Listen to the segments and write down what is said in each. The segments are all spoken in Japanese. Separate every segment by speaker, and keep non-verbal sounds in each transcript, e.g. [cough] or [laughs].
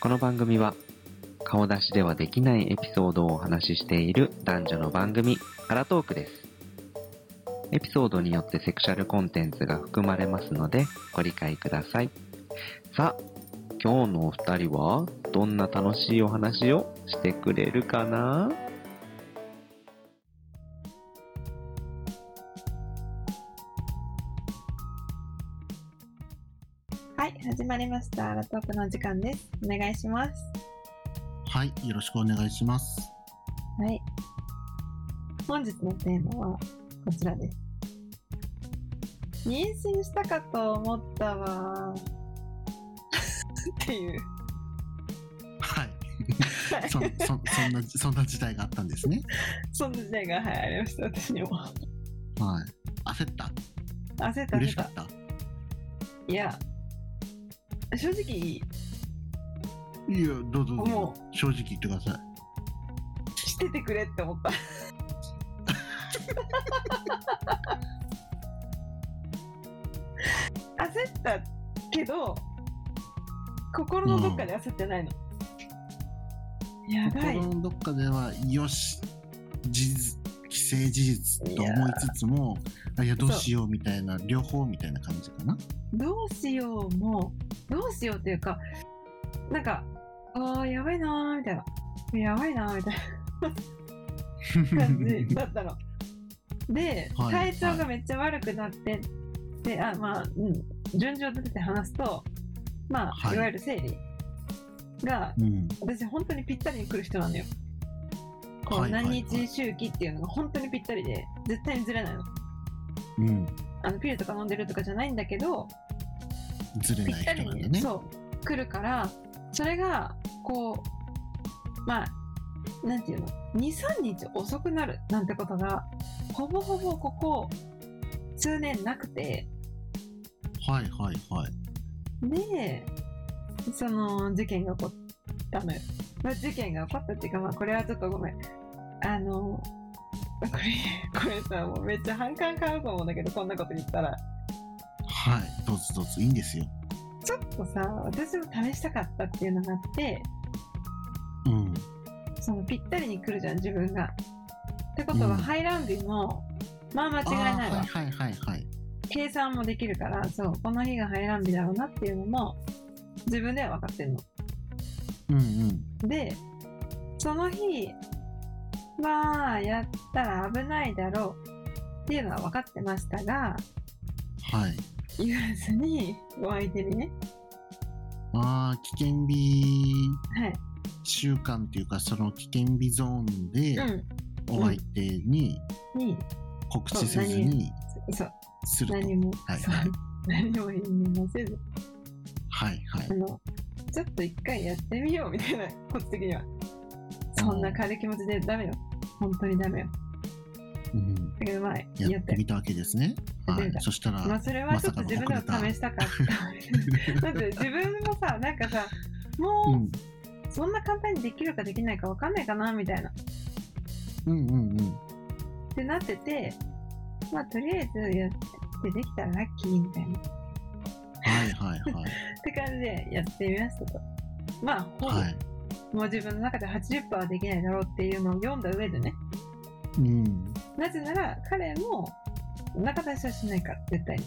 Speaker 1: この番組は顔出しではできないエピソードをお話ししている男女の番組アラトークですエピソードによってセクシャルコンテンツが含まれますのでご理解くださいさあ今日のお二人はどんな楽しいお話をしてくれるかな
Speaker 2: はい、始まりました。アラトークのお時間です。お願いします。
Speaker 3: はい、よろしくお願いします。
Speaker 2: はい。本日のテーマはこちらです。妊娠したかと思ったわー。っていう。
Speaker 3: はい
Speaker 2: は。い
Speaker 3: [laughs] そそそんなそんな事態があったんですね。
Speaker 2: そんな時代が、はい、ありました。私にも。
Speaker 3: はい。焦った。
Speaker 2: 焦った、焦
Speaker 3: 嬉し
Speaker 2: っ
Speaker 3: か
Speaker 2: た
Speaker 3: っ。た。
Speaker 2: いや、正直、
Speaker 3: いや、どうぞどう
Speaker 2: も
Speaker 3: ぞ。正直言ってください。
Speaker 2: しててくれって思った。 [laughs] 焦ったけど心のどっかで焦ってないの、やばい
Speaker 3: 心のどっかではよし、事実既成事実と思いつつも、あいやどうしようみたいな両方みたいな感じかな。
Speaker 2: どうしようもどうしようっていうかなんかあーやばいなーみたいなやばいなーみたいな
Speaker 3: [laughs]
Speaker 2: 感じだったので、
Speaker 3: はい
Speaker 2: 体調がめっちゃ悪くなってであまあ、うん、順序立てて話すとまあ、
Speaker 3: はい
Speaker 2: い、わゆる生理が
Speaker 3: うん。
Speaker 2: 私本当にぴったりに来る人なんだよこ
Speaker 3: は
Speaker 2: う
Speaker 3: いはい
Speaker 2: 何日周期っていうのが本当にぴったりで絶対にずれないの
Speaker 3: うん。
Speaker 2: あのピルとか飲んでるとかじゃないんだけど
Speaker 3: ずれ
Speaker 2: ぴ
Speaker 3: な
Speaker 2: っ
Speaker 3: い
Speaker 2: た
Speaker 3: 人
Speaker 2: り
Speaker 3: なんだ
Speaker 2: に、
Speaker 3: ね。
Speaker 2: そう来るからそれがこうまあなんていうの23日遅くなるなんてことがほぼほぼここ数年なくて
Speaker 3: はいはいはい。
Speaker 2: でその事件が起こったのよ、まあ、事件が起こったっていうかまあこれはちょっとごめんあのこれ [laughs] これさもうめっちゃ反感買うと思うんだけどこんなこと言ったら
Speaker 3: はい。どうぞどうぞ。いいんですよ。
Speaker 2: ちょっとさ私も試したかったっていうのがあって
Speaker 3: うん。
Speaker 2: そのぴったりに来るじゃん自分が。ってこと
Speaker 3: うん
Speaker 2: は排卵日も、まあ間
Speaker 3: あー
Speaker 2: 違いないわ、
Speaker 3: はいはいはいはい。
Speaker 2: 計算もできるからそうこの日が排卵日だろうなっていうのも自分では分かってるの。
Speaker 3: うんうん。
Speaker 2: でその日まあやったら危ないだろうっていうのは分かってましたが
Speaker 3: はい。
Speaker 2: 言わずにお相手にね
Speaker 3: ああ、危険日
Speaker 2: はい、
Speaker 3: 習慣っていうかその危険日ゾーンでお相手に
Speaker 2: うん、に
Speaker 3: 告知せずに
Speaker 2: そう
Speaker 3: すると、
Speaker 2: 何も、
Speaker 3: はい
Speaker 2: そう
Speaker 3: はい
Speaker 2: 何も言いもせず
Speaker 3: はいは
Speaker 2: あ
Speaker 3: い
Speaker 2: の、ちょっと一回やってみようみたいな、こっち的には。そんな軽い気持ちでダメよ。本当にダメよ。
Speaker 3: うん、
Speaker 2: だけどまあ、や
Speaker 3: や
Speaker 2: っ
Speaker 3: って
Speaker 2: て。
Speaker 3: みたわけですね、は
Speaker 2: やっ
Speaker 3: い
Speaker 2: てみ、た
Speaker 3: そした
Speaker 2: まあ、
Speaker 3: ら
Speaker 2: それはちょっと自分でも試したか [laughs] った。だって自分もさ、なんかさ、
Speaker 3: う
Speaker 2: も
Speaker 3: ん
Speaker 2: う、そんな簡単にできるかできないかわかんないかな、みたいな。
Speaker 3: うんうんうん
Speaker 2: ってなってて、まあ、とりあえずやってできたらラッキーみたいな。っ
Speaker 3: は
Speaker 2: [laughs]
Speaker 3: いはいはい
Speaker 2: て感じでやってみましたと。まあ、ほぼ、
Speaker 3: はい
Speaker 2: もう自分の中で80%はできないだろうっていうのを読んだ上でね。
Speaker 3: うん
Speaker 2: なぜなら彼も仲出しはしないから絶対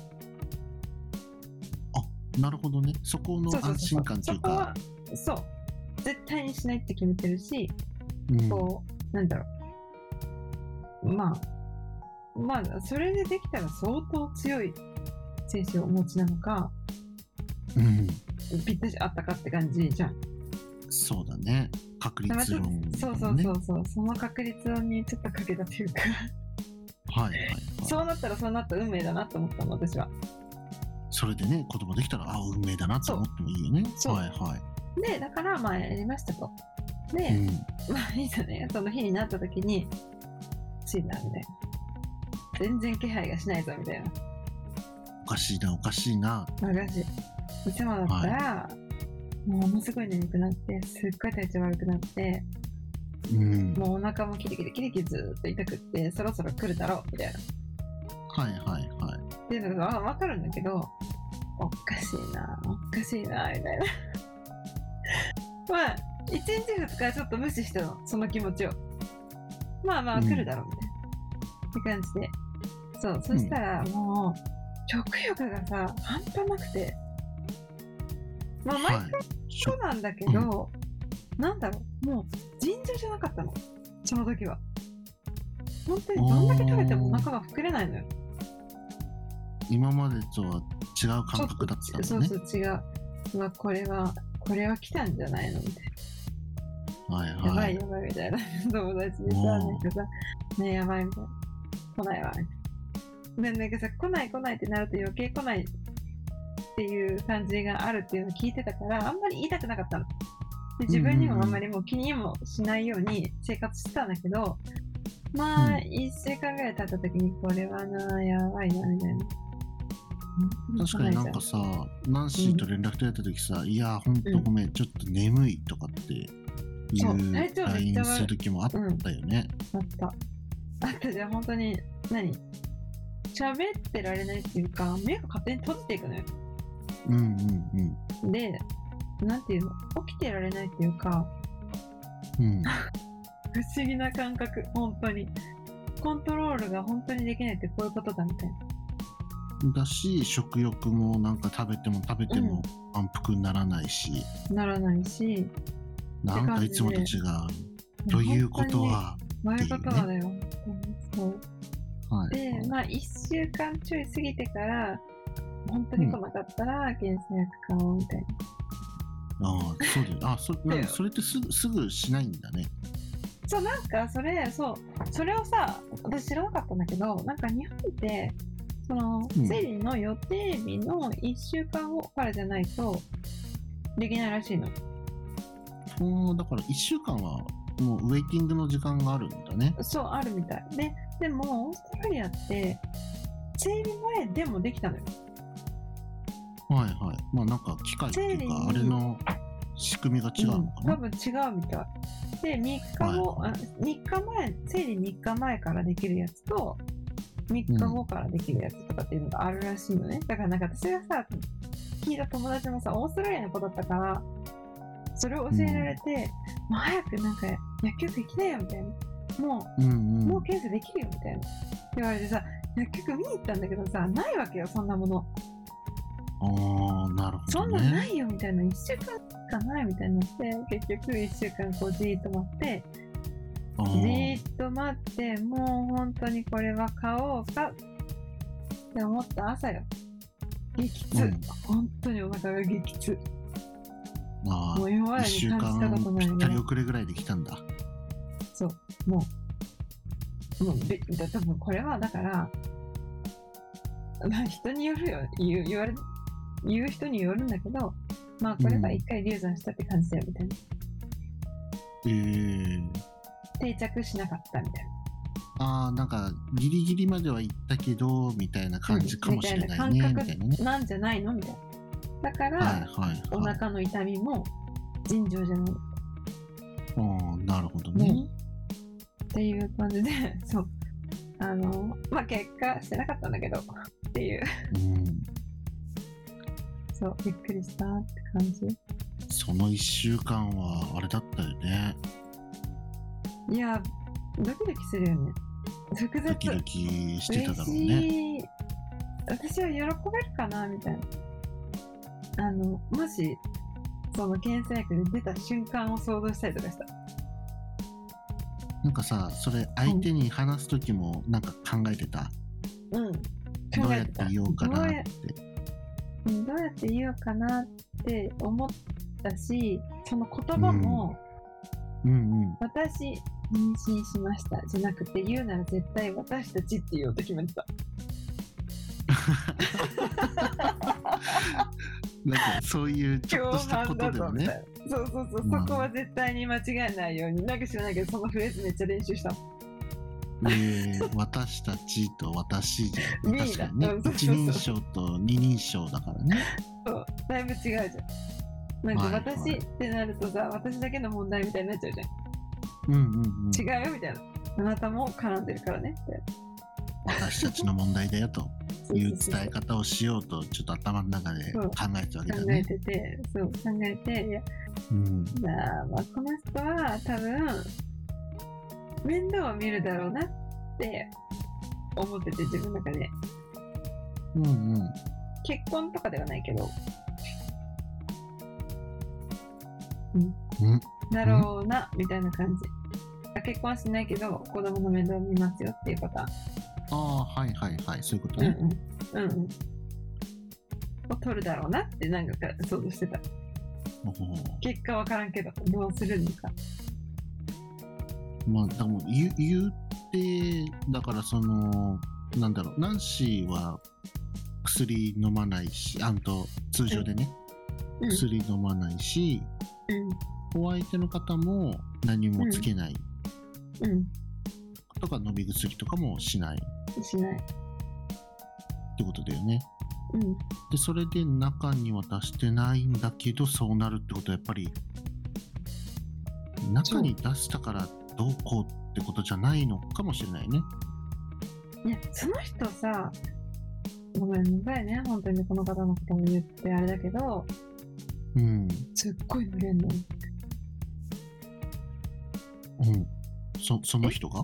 Speaker 2: に
Speaker 3: なるほどねそこの
Speaker 2: そうそう
Speaker 3: 安
Speaker 2: そう
Speaker 3: 心感という
Speaker 2: そこは
Speaker 3: か
Speaker 2: そう絶対にしないって決めてるし
Speaker 3: うん
Speaker 2: こうなんだろうまあまあそれでできたら相当強い精神をお持ちなのか
Speaker 3: うん
Speaker 2: ぴったしあったかって感じじゃん、
Speaker 3: そうだね確
Speaker 2: まあ
Speaker 3: 率
Speaker 2: ちょっと
Speaker 3: 論、ね、
Speaker 2: そうそうそうそうその確率にちょっとかけたというか
Speaker 3: はいはいはい
Speaker 2: そうなったらそうなった運命だなと思ったの私は
Speaker 3: それでね子供できたらああ運命だなと思ってもいいよね
Speaker 2: そう
Speaker 3: はいは
Speaker 2: でだからまあやりましたとで、
Speaker 3: い、うん
Speaker 2: まあいざねその日になった時に死んだみたいな全然気配がしないぞみたいな
Speaker 3: おかしいなおかしいな
Speaker 2: 私いつもだったら、もうものすごい眠くなってすっごい体調悪くなって
Speaker 3: うん
Speaker 2: もうお腹もキリキリキリキリずっと痛くってそろそろ来るだろうみたいなっ
Speaker 3: はいはいはい。
Speaker 2: ていうのが分かるんだけどおかしいなおかしいなみたいな [laughs] まあ1日2日ちょっと無視してたのその気持ちをまあま
Speaker 3: う
Speaker 2: あ
Speaker 3: ん
Speaker 2: 来るだろうみたいな、って感じでそうそしたらもう食欲がさ半端なくてまあ毎
Speaker 3: はい。し
Speaker 2: そう
Speaker 3: ょ
Speaker 2: なんだけど、なんだろう、もう尋常じゃなかったの、その時は。本当にどんだけ食べてもお腹が膨れないのよ。
Speaker 3: 今までとは違う感覚だっ
Speaker 2: ち
Speaker 3: た
Speaker 2: ょっと
Speaker 3: んだ
Speaker 2: そう
Speaker 3: ね
Speaker 2: そ。う違う。うわ、これは、これは来たんじゃないのみたい
Speaker 3: はい
Speaker 2: な。やば
Speaker 3: はいい。
Speaker 2: やばいみたいな友達でさ、なんかさ、ねえやばいみたいな。来ないわ。みたいなでなんかさ、来ない来ないってなると余計来ないっていう感じがあるっていうのを聞いてたから、あんまり言いたくなかったの。で自分にもあんまりもう気にもしないように生活してたんだけど、まあ、
Speaker 3: うん
Speaker 2: 1週間ぐらい経った時に、これはな、やばいな、みたいな。
Speaker 3: 確かになんかさ、ナンシーと連絡取れた時さ、いや、ほんとごめん、ちょっと眠いとかってい
Speaker 2: そう
Speaker 3: う
Speaker 2: えちょっと
Speaker 3: LINE する時もあったよね。
Speaker 2: あった。あったじゃん、本当に、何喋ってられないっていうか、目が勝手に閉じていくのよ。
Speaker 3: うんうん
Speaker 2: で、なんていうの起きてられないっていうか、
Speaker 3: うん。うん。
Speaker 2: 不思議な感覚、本当に。コントロールが本当にできないってこういうことだみたいな。
Speaker 3: だし食欲もなんか食べても食べても満腹にならないし、
Speaker 2: ならないし。
Speaker 3: なんかいつもと違う。ということは、
Speaker 2: 本当に。そういうことはだよ。そう
Speaker 3: はい、
Speaker 2: で、まあ、1週間ちょい過ぎてから、本当に来なかったら、検査薬買おうみたいな。
Speaker 3: ああそうだよあそな
Speaker 1: で
Speaker 3: んかそれってすぐすぐしないんだね。
Speaker 2: そう、なんか、それ、そう、それをさ、私知らなかったんだけど、なんか日本って、その、
Speaker 3: うん
Speaker 2: 生理の予定日の1週間後からじゃないと、できないらしいの。
Speaker 3: もうだから1週間はもうウェイティングの時間があるんだね。
Speaker 2: そう、あるみたい。で、でも、オーストラリアって、生理前でもできたのよ。
Speaker 3: はいはい。まあなんか機械っていうかあ
Speaker 2: 整
Speaker 3: れ
Speaker 2: 理に
Speaker 3: の仕組みが違うのか
Speaker 2: 多
Speaker 3: な。
Speaker 2: 分違うみたいで3日後、
Speaker 3: はい
Speaker 2: あ3日前生理3日前からできるやつと3日後からできるやつとかっていうのがあるらしいのね、だからなんか私がさ聞いた友達もさオーストラリアの子だったからそれを教えられて、もう早くなんか薬局行きなよみたいなも
Speaker 3: うん
Speaker 2: う、
Speaker 3: うん
Speaker 2: もう。検査できるよみたいなって言われてさ薬局見に行ったんだけどさないわけよそんなもの
Speaker 3: ああなる
Speaker 2: そ
Speaker 3: ほど
Speaker 2: んなんな
Speaker 3: ね。
Speaker 2: いよみたいな、1週間しかないみたいになって、結局1週間こうじーっと待って、
Speaker 3: あ
Speaker 2: じ
Speaker 3: ー
Speaker 2: ーっと待って、もう本当にこれは買おうかって思った朝よ。激痛。
Speaker 3: うん
Speaker 2: 本当にお腹が激痛。
Speaker 3: あ
Speaker 2: もう今ま
Speaker 3: ー
Speaker 2: で
Speaker 3: 一週
Speaker 2: に感じた
Speaker 3: 間
Speaker 2: ことな
Speaker 3: ぴ
Speaker 2: い
Speaker 3: っ
Speaker 2: ぐ
Speaker 3: た
Speaker 2: ら
Speaker 3: り
Speaker 2: い。
Speaker 3: 遅れぐらいできたんだ。
Speaker 2: そう、もう。もうでだ多分これはだから、まあ人によるよ、言う言われ言う人によるんだけど、まあこれは一回流産したって感じだよみたいな。
Speaker 3: えー、
Speaker 2: 定着しなかったみたいな。
Speaker 3: ああなんかギリギリまでは行ったけどみたいな感じかもしれないね
Speaker 2: うんみ
Speaker 3: みた
Speaker 2: たい
Speaker 3: いなね。
Speaker 2: なんじゃないのみたいな。だから、
Speaker 3: はいはい
Speaker 2: お
Speaker 3: はい。
Speaker 2: 腹の痛みも尋常じゃないっ
Speaker 3: ああなるほどね。
Speaker 2: ていう感じで、 [laughs] そう。あの、まあ、結果してなかったんだけど、っていう。
Speaker 3: うん。
Speaker 2: そう、びっくりしたって感じ。
Speaker 3: その1週間はあれだったよね。
Speaker 2: いや、ドキドキするよね。複雑。
Speaker 3: ドキドキしてただろう
Speaker 2: 嬉
Speaker 3: ね。
Speaker 2: しい。私は喜べるかなみたいな。あの、もし、その検査薬で出た瞬間を想像したりとかした。
Speaker 3: なんかさ、それ相手に話す時もなんか考えてた。
Speaker 2: うん。
Speaker 3: ど
Speaker 2: 考
Speaker 3: う
Speaker 2: え
Speaker 3: やってて
Speaker 2: た
Speaker 3: 言おうかなっ
Speaker 2: どうや
Speaker 3: て。
Speaker 2: うんどうやって言おうかなって思ったし、その言葉も、
Speaker 3: うんうん。
Speaker 2: 私、妊娠しましたじゃなくて、言うなら絶対私たちって言おうと決めてた。
Speaker 3: なんかそういうちょっとしたことでも
Speaker 2: みた
Speaker 3: ね。
Speaker 2: いな。そうそうそう、
Speaker 3: まあ
Speaker 2: そこは絶対に間違えないように。なんか知らないけど、そのフレーズめっちゃ練習したの。
Speaker 3: えー私たちと私じゃ、
Speaker 2: ミ
Speaker 3: 確
Speaker 2: ー
Speaker 3: か
Speaker 2: だ
Speaker 3: にね
Speaker 2: うん。そうそう
Speaker 3: 一
Speaker 2: そう
Speaker 3: 人称と二人称だからね。
Speaker 2: そうだいぶ違うじゃん。なんか
Speaker 3: はい
Speaker 2: 私ってなるとさ、私だけの問題みたいになっちゃうじ
Speaker 3: うんうんうん。
Speaker 2: ゃん。違うよみたいな。あなたも絡んでるからね。みたいな
Speaker 3: 私たちの問題だよと。
Speaker 2: そう
Speaker 3: いう
Speaker 2: そう
Speaker 3: 伝え方をしようとちょっと頭の中で考えてたわけだ
Speaker 2: 考え
Speaker 3: ね。
Speaker 2: ててそう考えていや
Speaker 3: うん、
Speaker 2: まあ、まあ、この人は多分面倒を見るだろうなって思ってて自分の中で
Speaker 3: うん、うん。
Speaker 2: 結婚とかではないけど
Speaker 3: うん
Speaker 2: だろうなみたいな感じあ結婚はしないけど子供の面倒を見ますよっていうパターン
Speaker 3: ああ、はいはいはい、そういうこと
Speaker 2: うん
Speaker 3: ね。
Speaker 2: うんうんうんを取るだろうなってなんか想像してた
Speaker 3: おほほ
Speaker 2: 結果わからんけどどうするのか
Speaker 3: まあ、でも言う言って、だからその、なんだろう、ナンシーは薬飲まないし、あんと通常でね、
Speaker 2: うん
Speaker 3: 薬飲まないし、お相手の方も何もつけない
Speaker 2: うん
Speaker 3: とか、飲み薬とかもしない
Speaker 2: うんしない
Speaker 3: ってことだよね。
Speaker 2: うん
Speaker 3: で、それで中には出してないんだけど、そうなるってことはやっぱり、中に出したからどうこうってことじゃないのかもしれないね。
Speaker 2: いやその人さごめんなさいね本当にこの方のことも言ってあれだけど
Speaker 3: うん。
Speaker 2: すっごい売れんの
Speaker 3: うん。そ、その人が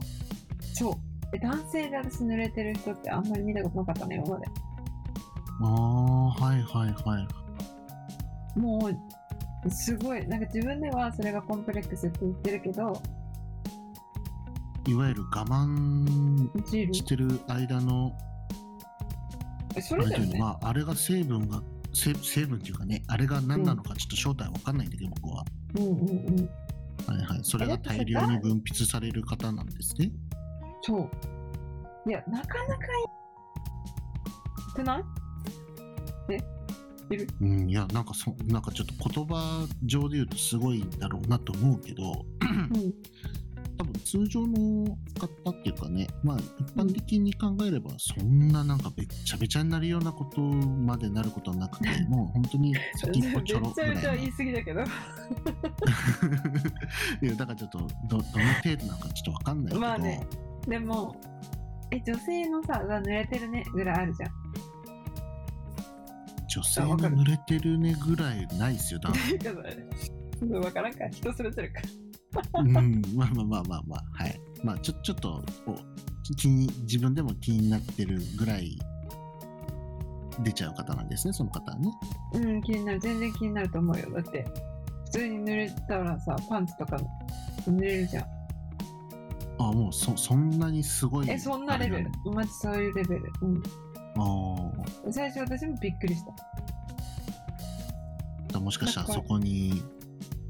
Speaker 2: そうえ男性で私濡れてる人ってあんまり見たことなかったね今まで
Speaker 3: ああ、はいはいはい。
Speaker 2: もうすごいなんか自分ではそれがコンプレックスって言ってるけど
Speaker 3: いわゆる我慢
Speaker 2: ジール
Speaker 3: してる間の、
Speaker 2: えそ
Speaker 3: あ
Speaker 2: れ
Speaker 3: れ
Speaker 2: だ
Speaker 3: と
Speaker 2: よ
Speaker 3: いう
Speaker 2: ね
Speaker 3: のは、あれが成分が、成成分っていうかね、あれが何なのかちょっと正体わかんないんだけど、僕は。
Speaker 2: うんうんうん
Speaker 3: はいはい。それが大量に分泌される方なんですね。
Speaker 2: そういやなかなかいくない
Speaker 3: うん、いや、なんかそ、なんかちょっと言葉上で言うとすごいんだろうなと思うけど、
Speaker 2: うん
Speaker 3: 多分通常の方っていうかね、まあ一般的に考えれば、そんななんかべっちゃべちゃになるようなことまでなることはなく
Speaker 2: [laughs]
Speaker 3: て、もう本当に先っぽちょろ
Speaker 2: め
Speaker 3: ぐ
Speaker 2: ちゃ
Speaker 3: らい
Speaker 2: めちゃ
Speaker 3: な。
Speaker 2: 言い過ぎだけど
Speaker 3: [laughs] いや、だからちょっとど、どの程度なのかちょっとわかんないけど、
Speaker 2: まあねでもえ女性のさうわ濡れてるねぐらいあるじゃん
Speaker 3: 女性
Speaker 2: あ
Speaker 3: の
Speaker 2: わかる
Speaker 3: 濡れてるねぐらいないですよ、だ
Speaker 2: なんかさちょっとわからんか人それぞれか
Speaker 3: うん、まあまあまあまあまあ、はい。まあちょ、ちょっと、お気に、自分でも気になってるぐらい出ちゃう方なんですね、その方はね。
Speaker 2: うん気になる全然気になると思うよだって普通に濡れたらさパンツとか濡れるじゃん
Speaker 3: あもうそ、そんなにすごい。
Speaker 2: えそんなレベルマジそういうレベル
Speaker 3: あのあ
Speaker 2: うん最初私もびっくりした
Speaker 3: ーだもしかしたらそこに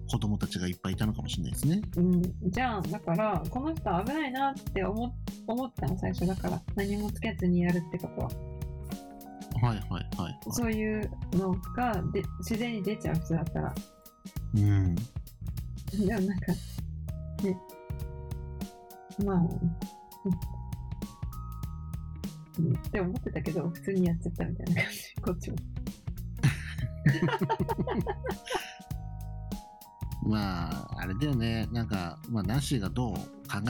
Speaker 3: 子供たちがいっぱいいたのかもしれないですね。
Speaker 2: うんじゃあだからこの人危ないなって思っ思ったの最初だから何もつけずにやるってことは
Speaker 3: はいはいはい、はい。
Speaker 2: そういうのがで自然に出ちゃう人だったら
Speaker 3: うん。
Speaker 2: でもなんか、ね、まあ、うん、うんって思ってたけど、普通にやっちゃったみたいな感じ、こっちも。
Speaker 3: まあ、あれだよね。なんか、まあ、ナンシーがどう考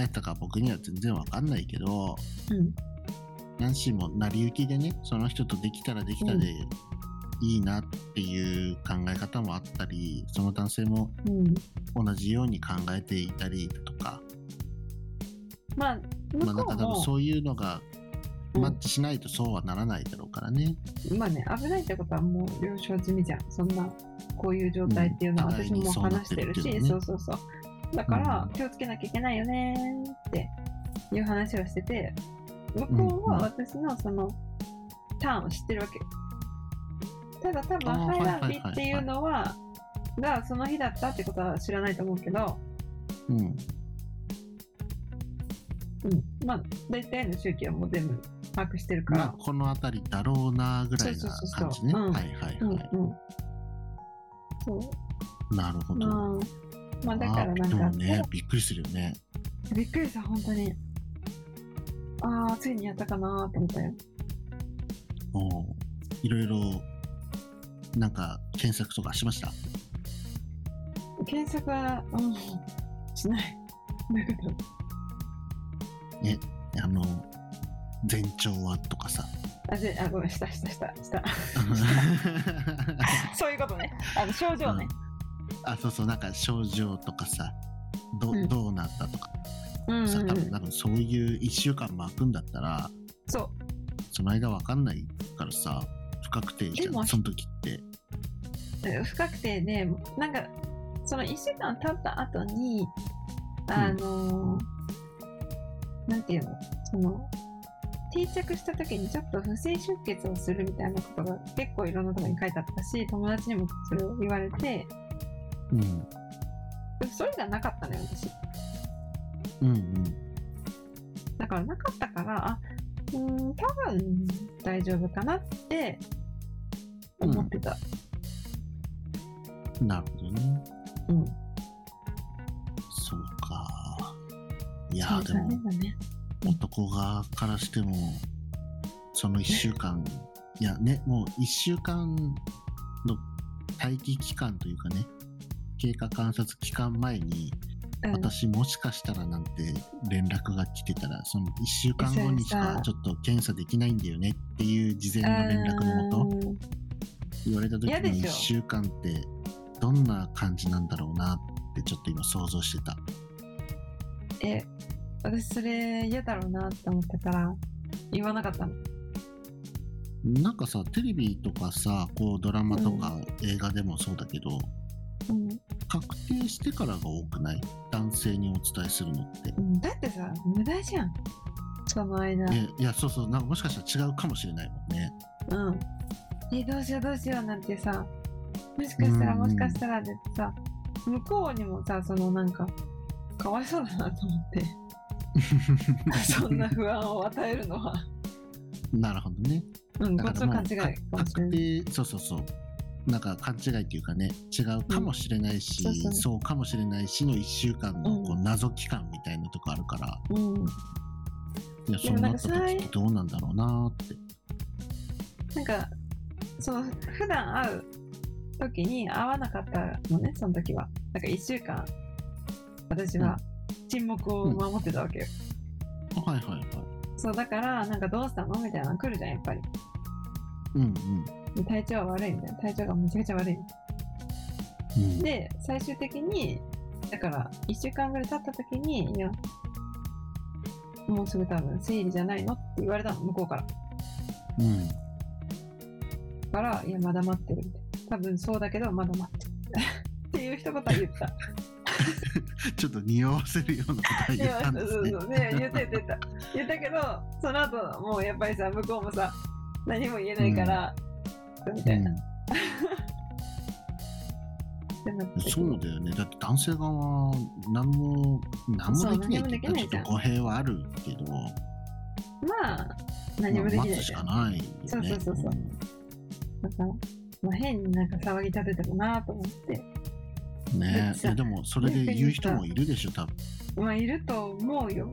Speaker 3: えたか僕には全然わかんないけど、
Speaker 2: うん、
Speaker 3: ナンシーも成り行きでねその人とできたらできたでいいなっていう考え方もあったりその男性も
Speaker 2: うん。
Speaker 3: 同じように考えていたりだとか、
Speaker 2: まあ、
Speaker 3: ま
Speaker 2: 向
Speaker 3: あ、な
Speaker 2: こ
Speaker 3: んか
Speaker 2: う
Speaker 3: 多分
Speaker 2: も、
Speaker 3: そういうのが
Speaker 2: うん
Speaker 3: マッチしないとそうはならないだろうからね。
Speaker 2: まあね、危ないってことはもう了承済みじゃん。そんな、こういう状態っていうのは
Speaker 3: うん
Speaker 2: 私も
Speaker 3: 互いに
Speaker 2: 話してるし、
Speaker 3: そうなってるっていう
Speaker 2: そ
Speaker 3: の
Speaker 2: うそうそう。だから、気をつけなきゃいけないよねーっていう話をしてて、向こうは私のその、ターンを知ってるわけ。ただ多分、
Speaker 3: あーはいはい
Speaker 2: ハ
Speaker 3: はいはい
Speaker 2: イランっていうのは、がその日だったってことは知らないと思うけど、
Speaker 3: うん、
Speaker 2: うん、まあ、大体の周期はもう全部把握してるから、
Speaker 3: まあこの辺りだろうなぐらい
Speaker 2: そう
Speaker 3: な
Speaker 2: そうそうそう
Speaker 3: 感じね。
Speaker 2: うん
Speaker 3: はいはい
Speaker 2: うんう
Speaker 3: はい。
Speaker 2: ん。そう、
Speaker 3: なるほど。
Speaker 2: まあ、まあだから
Speaker 3: あーで
Speaker 2: な
Speaker 3: も
Speaker 2: んか、
Speaker 3: ねびっくりするよね。
Speaker 2: びっくりした本当にああついにやったかなーと思ったよ
Speaker 3: もういろいろなんか検索とかしました。
Speaker 2: 検索は、うん、しないだけど
Speaker 3: あの前兆はとかさ
Speaker 2: あじあごめん下下下下 [laughs] そういうことねあの症状ね
Speaker 3: [laughs] あそうそうなんか症状とかさど,、
Speaker 2: う
Speaker 3: うんどうなったとか
Speaker 2: うんうん
Speaker 3: さ、
Speaker 2: う
Speaker 3: 多分
Speaker 2: ん
Speaker 3: 多分そういう1週間巻くんだったら
Speaker 2: そう
Speaker 3: その間わかんないからさ不確定じゃ
Speaker 2: でも
Speaker 3: んその時って
Speaker 2: 不確定でなんかその1週間経った後にあのーなんていうのその定着した時にちょっと不正出血をするみたいなことが結構いろんなところに書いてあったし友達にもそれを言われて
Speaker 3: うん
Speaker 2: それがなかったのよ私
Speaker 3: うんうん
Speaker 2: だからなかったからあうーん多分大丈夫かなって思ってた、
Speaker 3: なるほどね
Speaker 2: うん
Speaker 3: そうかいや
Speaker 2: そう
Speaker 3: でも
Speaker 2: 残念だね
Speaker 3: 男側からしてもその1週間いやねもう1週間の待機期間というかね経過観察期間前に、
Speaker 2: うん
Speaker 3: 私もしかしたらなんて連絡が来てたらその1週間後にし
Speaker 2: それさ
Speaker 3: かちょっと検査できないんだよねっていう事前の連絡のもと
Speaker 2: うん
Speaker 3: 言われた時の
Speaker 2: 嫌でしょ
Speaker 3: 1週間ってどんな感じなんだろうなってちょっと今想像してた
Speaker 2: え私それ嫌だろうなって思ったから言わなかったの
Speaker 3: なんかさテレビとかさこうドラマとか映画でもそうだけど、
Speaker 2: うん、
Speaker 3: 確定してからが多くない男性にお伝えするのって。
Speaker 2: うんだってさ無駄じゃんその間
Speaker 3: えいやそうそうなんかもしかしたら違うかもしれないもんね。
Speaker 2: うんえどうしようどうしようなんてさもしかしたら
Speaker 3: うん
Speaker 2: もしかしたらでさ向こうにもさそのなんかかわいそうだなと思って [laughs]
Speaker 3: [laughs]
Speaker 2: そんな不安を与えるのは
Speaker 3: なるほどね。
Speaker 2: うん
Speaker 3: だ
Speaker 2: こ
Speaker 3: か
Speaker 2: っち
Speaker 3: ら
Speaker 2: の
Speaker 3: も
Speaker 2: 勘
Speaker 3: う
Speaker 2: 違いかもしれない
Speaker 3: か確定そうそうそうなんか勘違いっていうかね違うかもしれないし、
Speaker 2: うんそうそ
Speaker 3: そううかもしれないしの1週間
Speaker 2: うん
Speaker 3: のこう謎期間みたいなとこあるから、
Speaker 2: うん
Speaker 3: いや
Speaker 2: で
Speaker 3: そ
Speaker 2: も
Speaker 3: う
Speaker 2: な
Speaker 3: なんっ
Speaker 2: か
Speaker 3: た時ってどうなんだろうなーって。
Speaker 2: なんかその普段会う時に会わなかったのねその時はなんか1週間私は沈黙を守ってたわけよ、
Speaker 3: あはいはいはい。
Speaker 2: そうだからなんかどうしたのみたいなの来るじゃんやっぱり
Speaker 3: うん
Speaker 2: で体調は悪いみたいな体調がめちゃくちゃ悪い
Speaker 3: うん。うん、
Speaker 2: で最終的にだから1週間ぐらい経った時にいやもうすぐ多分生理じゃないのって言われたの向こうから
Speaker 3: うん [laughs]
Speaker 2: だからいやまだ待ってるみたいな多分そうだけどまだ待ってる [laughs] っていう一言は言った
Speaker 3: ちょっと匂わせるようなことは言ったんですね
Speaker 2: そう。そうね言って言ってた言ったけどその後もうやっぱりさ向こうもさ何も言えないから、みたいな、ってなって
Speaker 3: そうだよね。だって男性側は何も、何もできないって言ったら
Speaker 2: そう何もできないじ
Speaker 3: ち
Speaker 2: ゃ
Speaker 3: ょ
Speaker 2: ん
Speaker 3: っと語弊はあるけど、
Speaker 2: まあ何もでき
Speaker 3: まあ
Speaker 2: ないじゃ
Speaker 3: 待つ
Speaker 2: ん
Speaker 3: しかないよね。
Speaker 2: そうそうそうそうだから、まあ、変になんか騒ぎ立ててもなと思って
Speaker 3: うん
Speaker 2: だっ
Speaker 3: ね
Speaker 2: てさ
Speaker 3: え、でもそれで言う人もいるでしょ、多分。
Speaker 2: まあいると思うよ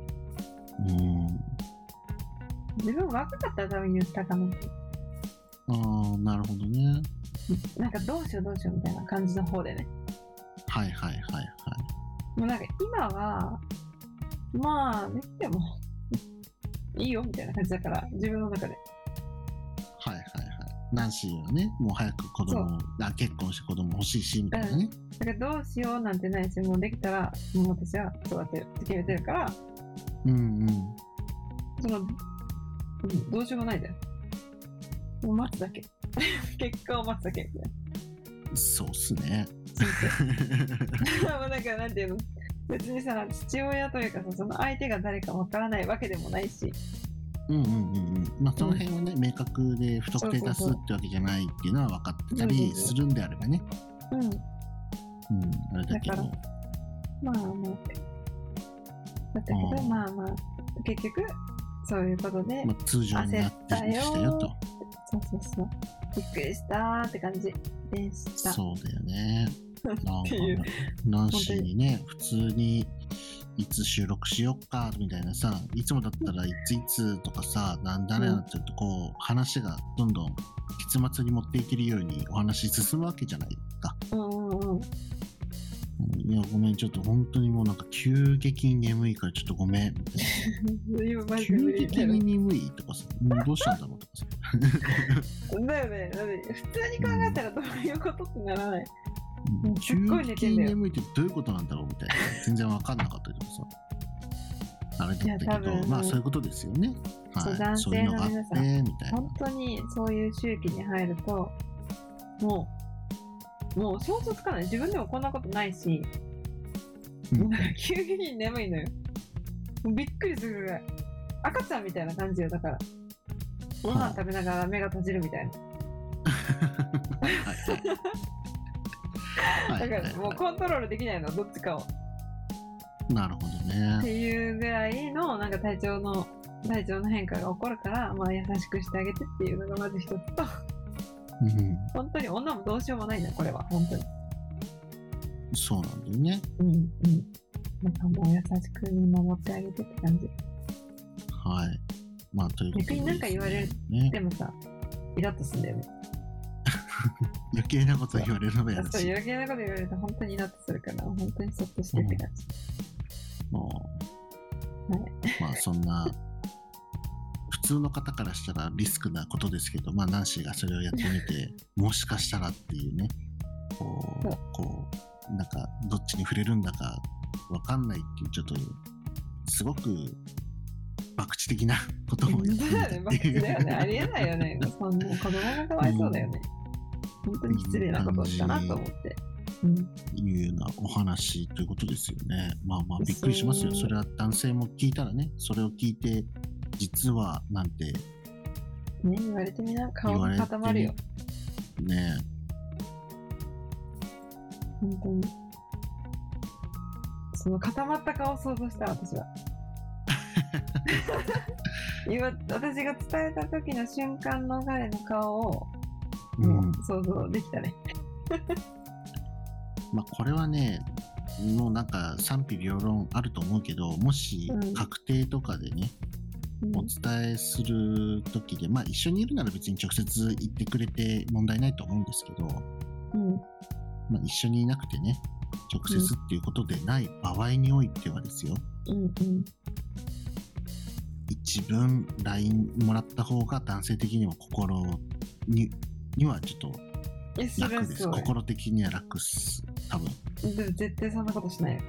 Speaker 3: うん。
Speaker 2: 自分若かったら多分言ったかも
Speaker 3: ああ、なるほどね。
Speaker 2: なんかどうしようどうしようみたいな感じの方でね
Speaker 3: はいはいはいはい。
Speaker 2: もうなんか今はまあできてもいいよみたいな感じだから自分の中で
Speaker 3: はいはいはい。ナンシーはね、もう早く子供を、あ結婚して子供欲しいし、みたいなね。
Speaker 2: だからどうしようなんてないしもうできたらもう私は育てるって決めてるから
Speaker 3: うんうん。
Speaker 2: そのうんどうしようもないじゃんもう待つだけ [laughs] 結果を待つだ
Speaker 3: [laughs]
Speaker 2: けみ
Speaker 3: そうっすね。
Speaker 2: たいなもうなんかなんていうの別にさ父親というかさその相手が誰かわからないわけでもないし
Speaker 3: うんうんうんうんまあその辺はね、明確で不特定多数ってわけじゃないっていうのは分かってたりするんであればね、
Speaker 2: うん
Speaker 3: うん、あれだけど
Speaker 2: だかまあまあってだったけど、
Speaker 3: うん
Speaker 2: まあまあ結局そういうことで、
Speaker 3: まあ、通常になってきましたよと
Speaker 2: そうそうそうびっくりしたーって感じでした
Speaker 3: そうだよ
Speaker 2: [laughs]
Speaker 3: ねなんか
Speaker 2: いう
Speaker 3: ナンシーにね普通にいつ収録しよっかみたいなさいつもだったらいついつとかさなんだねなんていうとこう話がどんどん結末に持っていけるようにお話進むわけじゃないか
Speaker 2: うんうんうん
Speaker 3: いやごめんちょっと本当にもうなんか急激に眠いからちょっとごめんみたいな
Speaker 2: 急
Speaker 3: 急激に眠いとかさ、うんどうしたんだろうとかさ、
Speaker 2: だよね。だって普通に考えたらどういうことってならない。
Speaker 3: うん
Speaker 2: すっごい
Speaker 3: 急
Speaker 2: 寝てんだよ
Speaker 3: に眠いってどういうことなんだろうみたいな全然わかんなかったけどさあれだったけ
Speaker 2: いや多
Speaker 3: ど
Speaker 2: 分
Speaker 3: まあそういうことですよね
Speaker 2: そう
Speaker 3: はい
Speaker 2: 男
Speaker 3: そうい
Speaker 2: 性
Speaker 3: うの
Speaker 2: の
Speaker 3: があって
Speaker 2: 皆さん
Speaker 3: みたいな
Speaker 2: 本当にそういう周期に入ると、もう、もう想像つかない。自分でもこんなことないし、
Speaker 3: うん
Speaker 2: もうなんか急に眠いのよ。もうびっくりするぐらい。赤ちゃんみたいな感じよ、だから。ご
Speaker 3: は
Speaker 2: 飯
Speaker 3: い
Speaker 2: 食べながら目が閉じるみたいな。だか
Speaker 3: はいはいはいは
Speaker 2: らもうコントロールできないの、どっちかを。
Speaker 3: いなるほど
Speaker 2: って
Speaker 3: ね
Speaker 2: いうぐらいのなんか体調の体調の変化が起こるから、まあ、優しくしてあげてっていうのがまず一つと
Speaker 3: うん
Speaker 2: 本当に女もどうしようもないんだよこれは本当に
Speaker 3: そうなんだよね
Speaker 2: うんうんなんかもう優しく見守ってあげてって感じ
Speaker 3: はいまあということ
Speaker 2: 逆になんか言われる
Speaker 3: ですね
Speaker 2: でもさイラッとすんだよね
Speaker 3: 余計なこと言われるのがやだ
Speaker 2: そう
Speaker 3: し
Speaker 2: 余計なこと言われると本当にイラッとするから本当にそっとしてって感じ、
Speaker 3: もうまあそんな普通の方からしたらリスクなことですけど、まあ、ナンシーがそれをやってみて
Speaker 2: [laughs]
Speaker 3: もしかしたらっていうねこう
Speaker 2: そう
Speaker 3: こうなんかどっちに触れるんだかわかんないっていうちょっとすごく博打的なことをやって
Speaker 2: そう
Speaker 3: みた
Speaker 2: だ
Speaker 3: っ
Speaker 2: よね
Speaker 3: て
Speaker 2: 罰
Speaker 3: いう
Speaker 2: [laughs] だよねありえないよ [laughs] ねそんな子供がかわいそうだよね、本当に失礼なことしたなと思って、うん、
Speaker 3: いうようなお話ということですよね。まあまあびっくりしますよ。
Speaker 2: そう
Speaker 3: それは男性も聞いたらね、それを聞いて、実はなん
Speaker 2: ね
Speaker 3: て
Speaker 2: 言われてみな顔
Speaker 3: 言われ
Speaker 2: が
Speaker 3: てみ
Speaker 2: 固まるよ
Speaker 3: ね、
Speaker 2: 本当にその固まった顔を想像した私 [laughs] は今私が伝えた時の瞬間の彼の顔をもう想像できたね、
Speaker 3: まあ、これはねもうなんか賛否両論あると思うけどもし
Speaker 2: うん
Speaker 3: 確定とかでね、
Speaker 2: うん
Speaker 3: お伝えする時でまあ一緒にいるなら別に直接言ってくれて問題ないと思うんですけど、
Speaker 2: うん
Speaker 3: まあ、一緒にいなくてね直接っていうことでない場合においてはですよ
Speaker 2: うんうん
Speaker 3: 一文 LINE もらった方が男性的にも心ににはちょっと
Speaker 2: えそれは
Speaker 3: 楽です
Speaker 2: そうよ
Speaker 3: 心的には楽っす多分
Speaker 2: でも絶対そんなことしないよ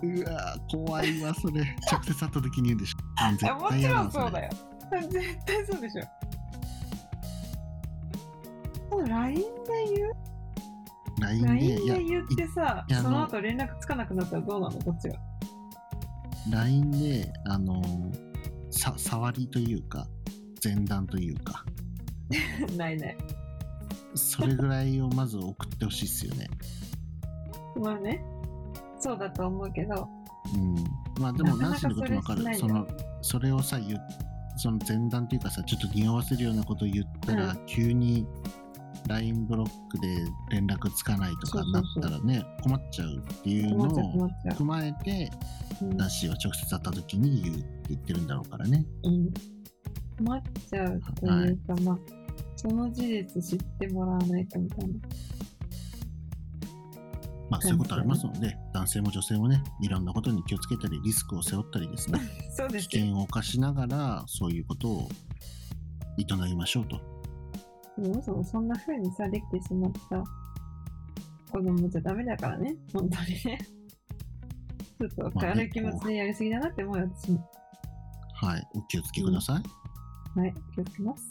Speaker 3: うわー怖いわそれ直接会った時に言うんでしょう
Speaker 2: [laughs]
Speaker 3: ん絶
Speaker 2: あもち
Speaker 3: 嫌
Speaker 2: ろ
Speaker 3: わ
Speaker 2: んそうだよ絶対そうでしょ LINE で言う
Speaker 3: それ LINE で
Speaker 2: LINE
Speaker 3: いや
Speaker 2: で言ってさ
Speaker 3: いや
Speaker 2: その
Speaker 3: あの
Speaker 2: 後連絡つかなくなったらどうなのこっちは [laughs]
Speaker 3: LINE であのーさ触りというか前段というか
Speaker 2: ないない
Speaker 3: それぐらいをまず送ってほしいっすよね
Speaker 2: まあね、そうだと思うけど、
Speaker 3: うんまあでも
Speaker 2: なかな
Speaker 3: 何
Speaker 2: か
Speaker 3: しのこともわかる
Speaker 2: それし
Speaker 3: そ
Speaker 2: ないよ
Speaker 3: のそれをさ言うその前段というかさちょっと匂わせるようなことを言ったら、
Speaker 2: う
Speaker 3: 急に LINE ブロックで連絡つかないとかなったらね困っちゃうっていう
Speaker 2: 困
Speaker 3: の
Speaker 2: っちゃう
Speaker 3: を
Speaker 2: 困っちゃ
Speaker 3: 踏まえて
Speaker 2: う。うん
Speaker 3: なしを直接会った時に言うって言ってるんだろうからね。
Speaker 2: うん困っちゃうというか、まあ、その事実知ってもらわないとみたいな。
Speaker 3: まあそういうことありますので、男性も女性もね、いろんなことに気をつけたり、リスクを背負ったりですね、
Speaker 2: そう
Speaker 3: 危
Speaker 2: ですよ。
Speaker 3: 険を犯しながら、そういうことを営みましょうと。
Speaker 2: そもそもそんな風にさ、できてしまった子供じゃダメだからね、本当にね。ちょっと
Speaker 3: まあね
Speaker 2: 軽い気持ちでやりすぎだなって思うよ、私も。
Speaker 3: はい、お気をつけください。
Speaker 2: はい、気をつけます。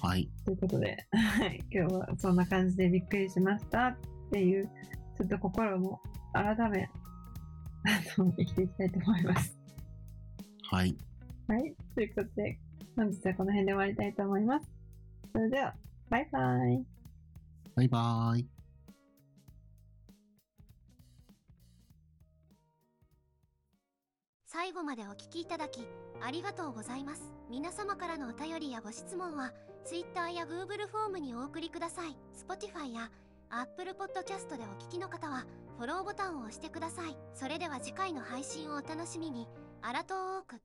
Speaker 3: はい、
Speaker 2: ということで、はい、今日はそんな感じでびっくりしましたっていう、ちょっと心も改め、あの、生きていきたいと思います。
Speaker 3: はい、
Speaker 2: はい、ということで、本日はこの辺で終わりたいと思います。それでは、バイバイ。
Speaker 3: バイバーイ。
Speaker 4: 最後までお聞きいただきありがとうございます皆様からのお便りやご質問は Twitter や Google フォームにお送りください Spotify や Apple Podcast でお聞きの方はフォローボタンを押してくださいそれでは次回の配信をお楽しみにアラトーーク